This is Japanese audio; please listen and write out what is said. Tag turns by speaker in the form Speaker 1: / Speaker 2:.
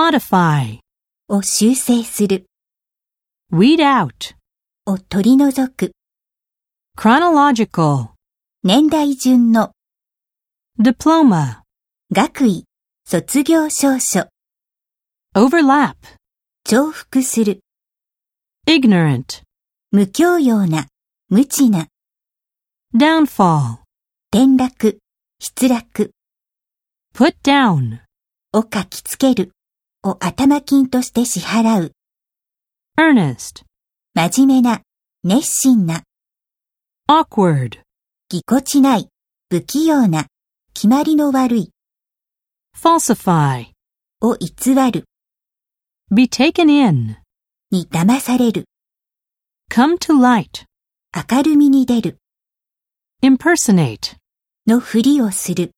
Speaker 1: modify,
Speaker 2: を修正する
Speaker 1: weed out,
Speaker 2: を取り除く
Speaker 1: chronological,
Speaker 2: 年代順の
Speaker 1: diploma,
Speaker 2: 学位、卒業証書、
Speaker 1: overlap,
Speaker 2: 重複する
Speaker 1: ignorant,
Speaker 2: 無教養な、無知な、
Speaker 1: downfall,
Speaker 2: 転落、失落
Speaker 1: put down,
Speaker 2: を書きつけるを頭金として支払う、
Speaker 1: earnest,
Speaker 2: 真面目な、熱心な、
Speaker 1: awkward,
Speaker 2: ぎこちない、不器用な、決まりの悪い
Speaker 1: falsify,
Speaker 2: を偽る、
Speaker 1: be taken in,
Speaker 2: に騙される、
Speaker 1: come to light,
Speaker 2: 明るみに出る、
Speaker 1: impersonate.
Speaker 2: のふりをする。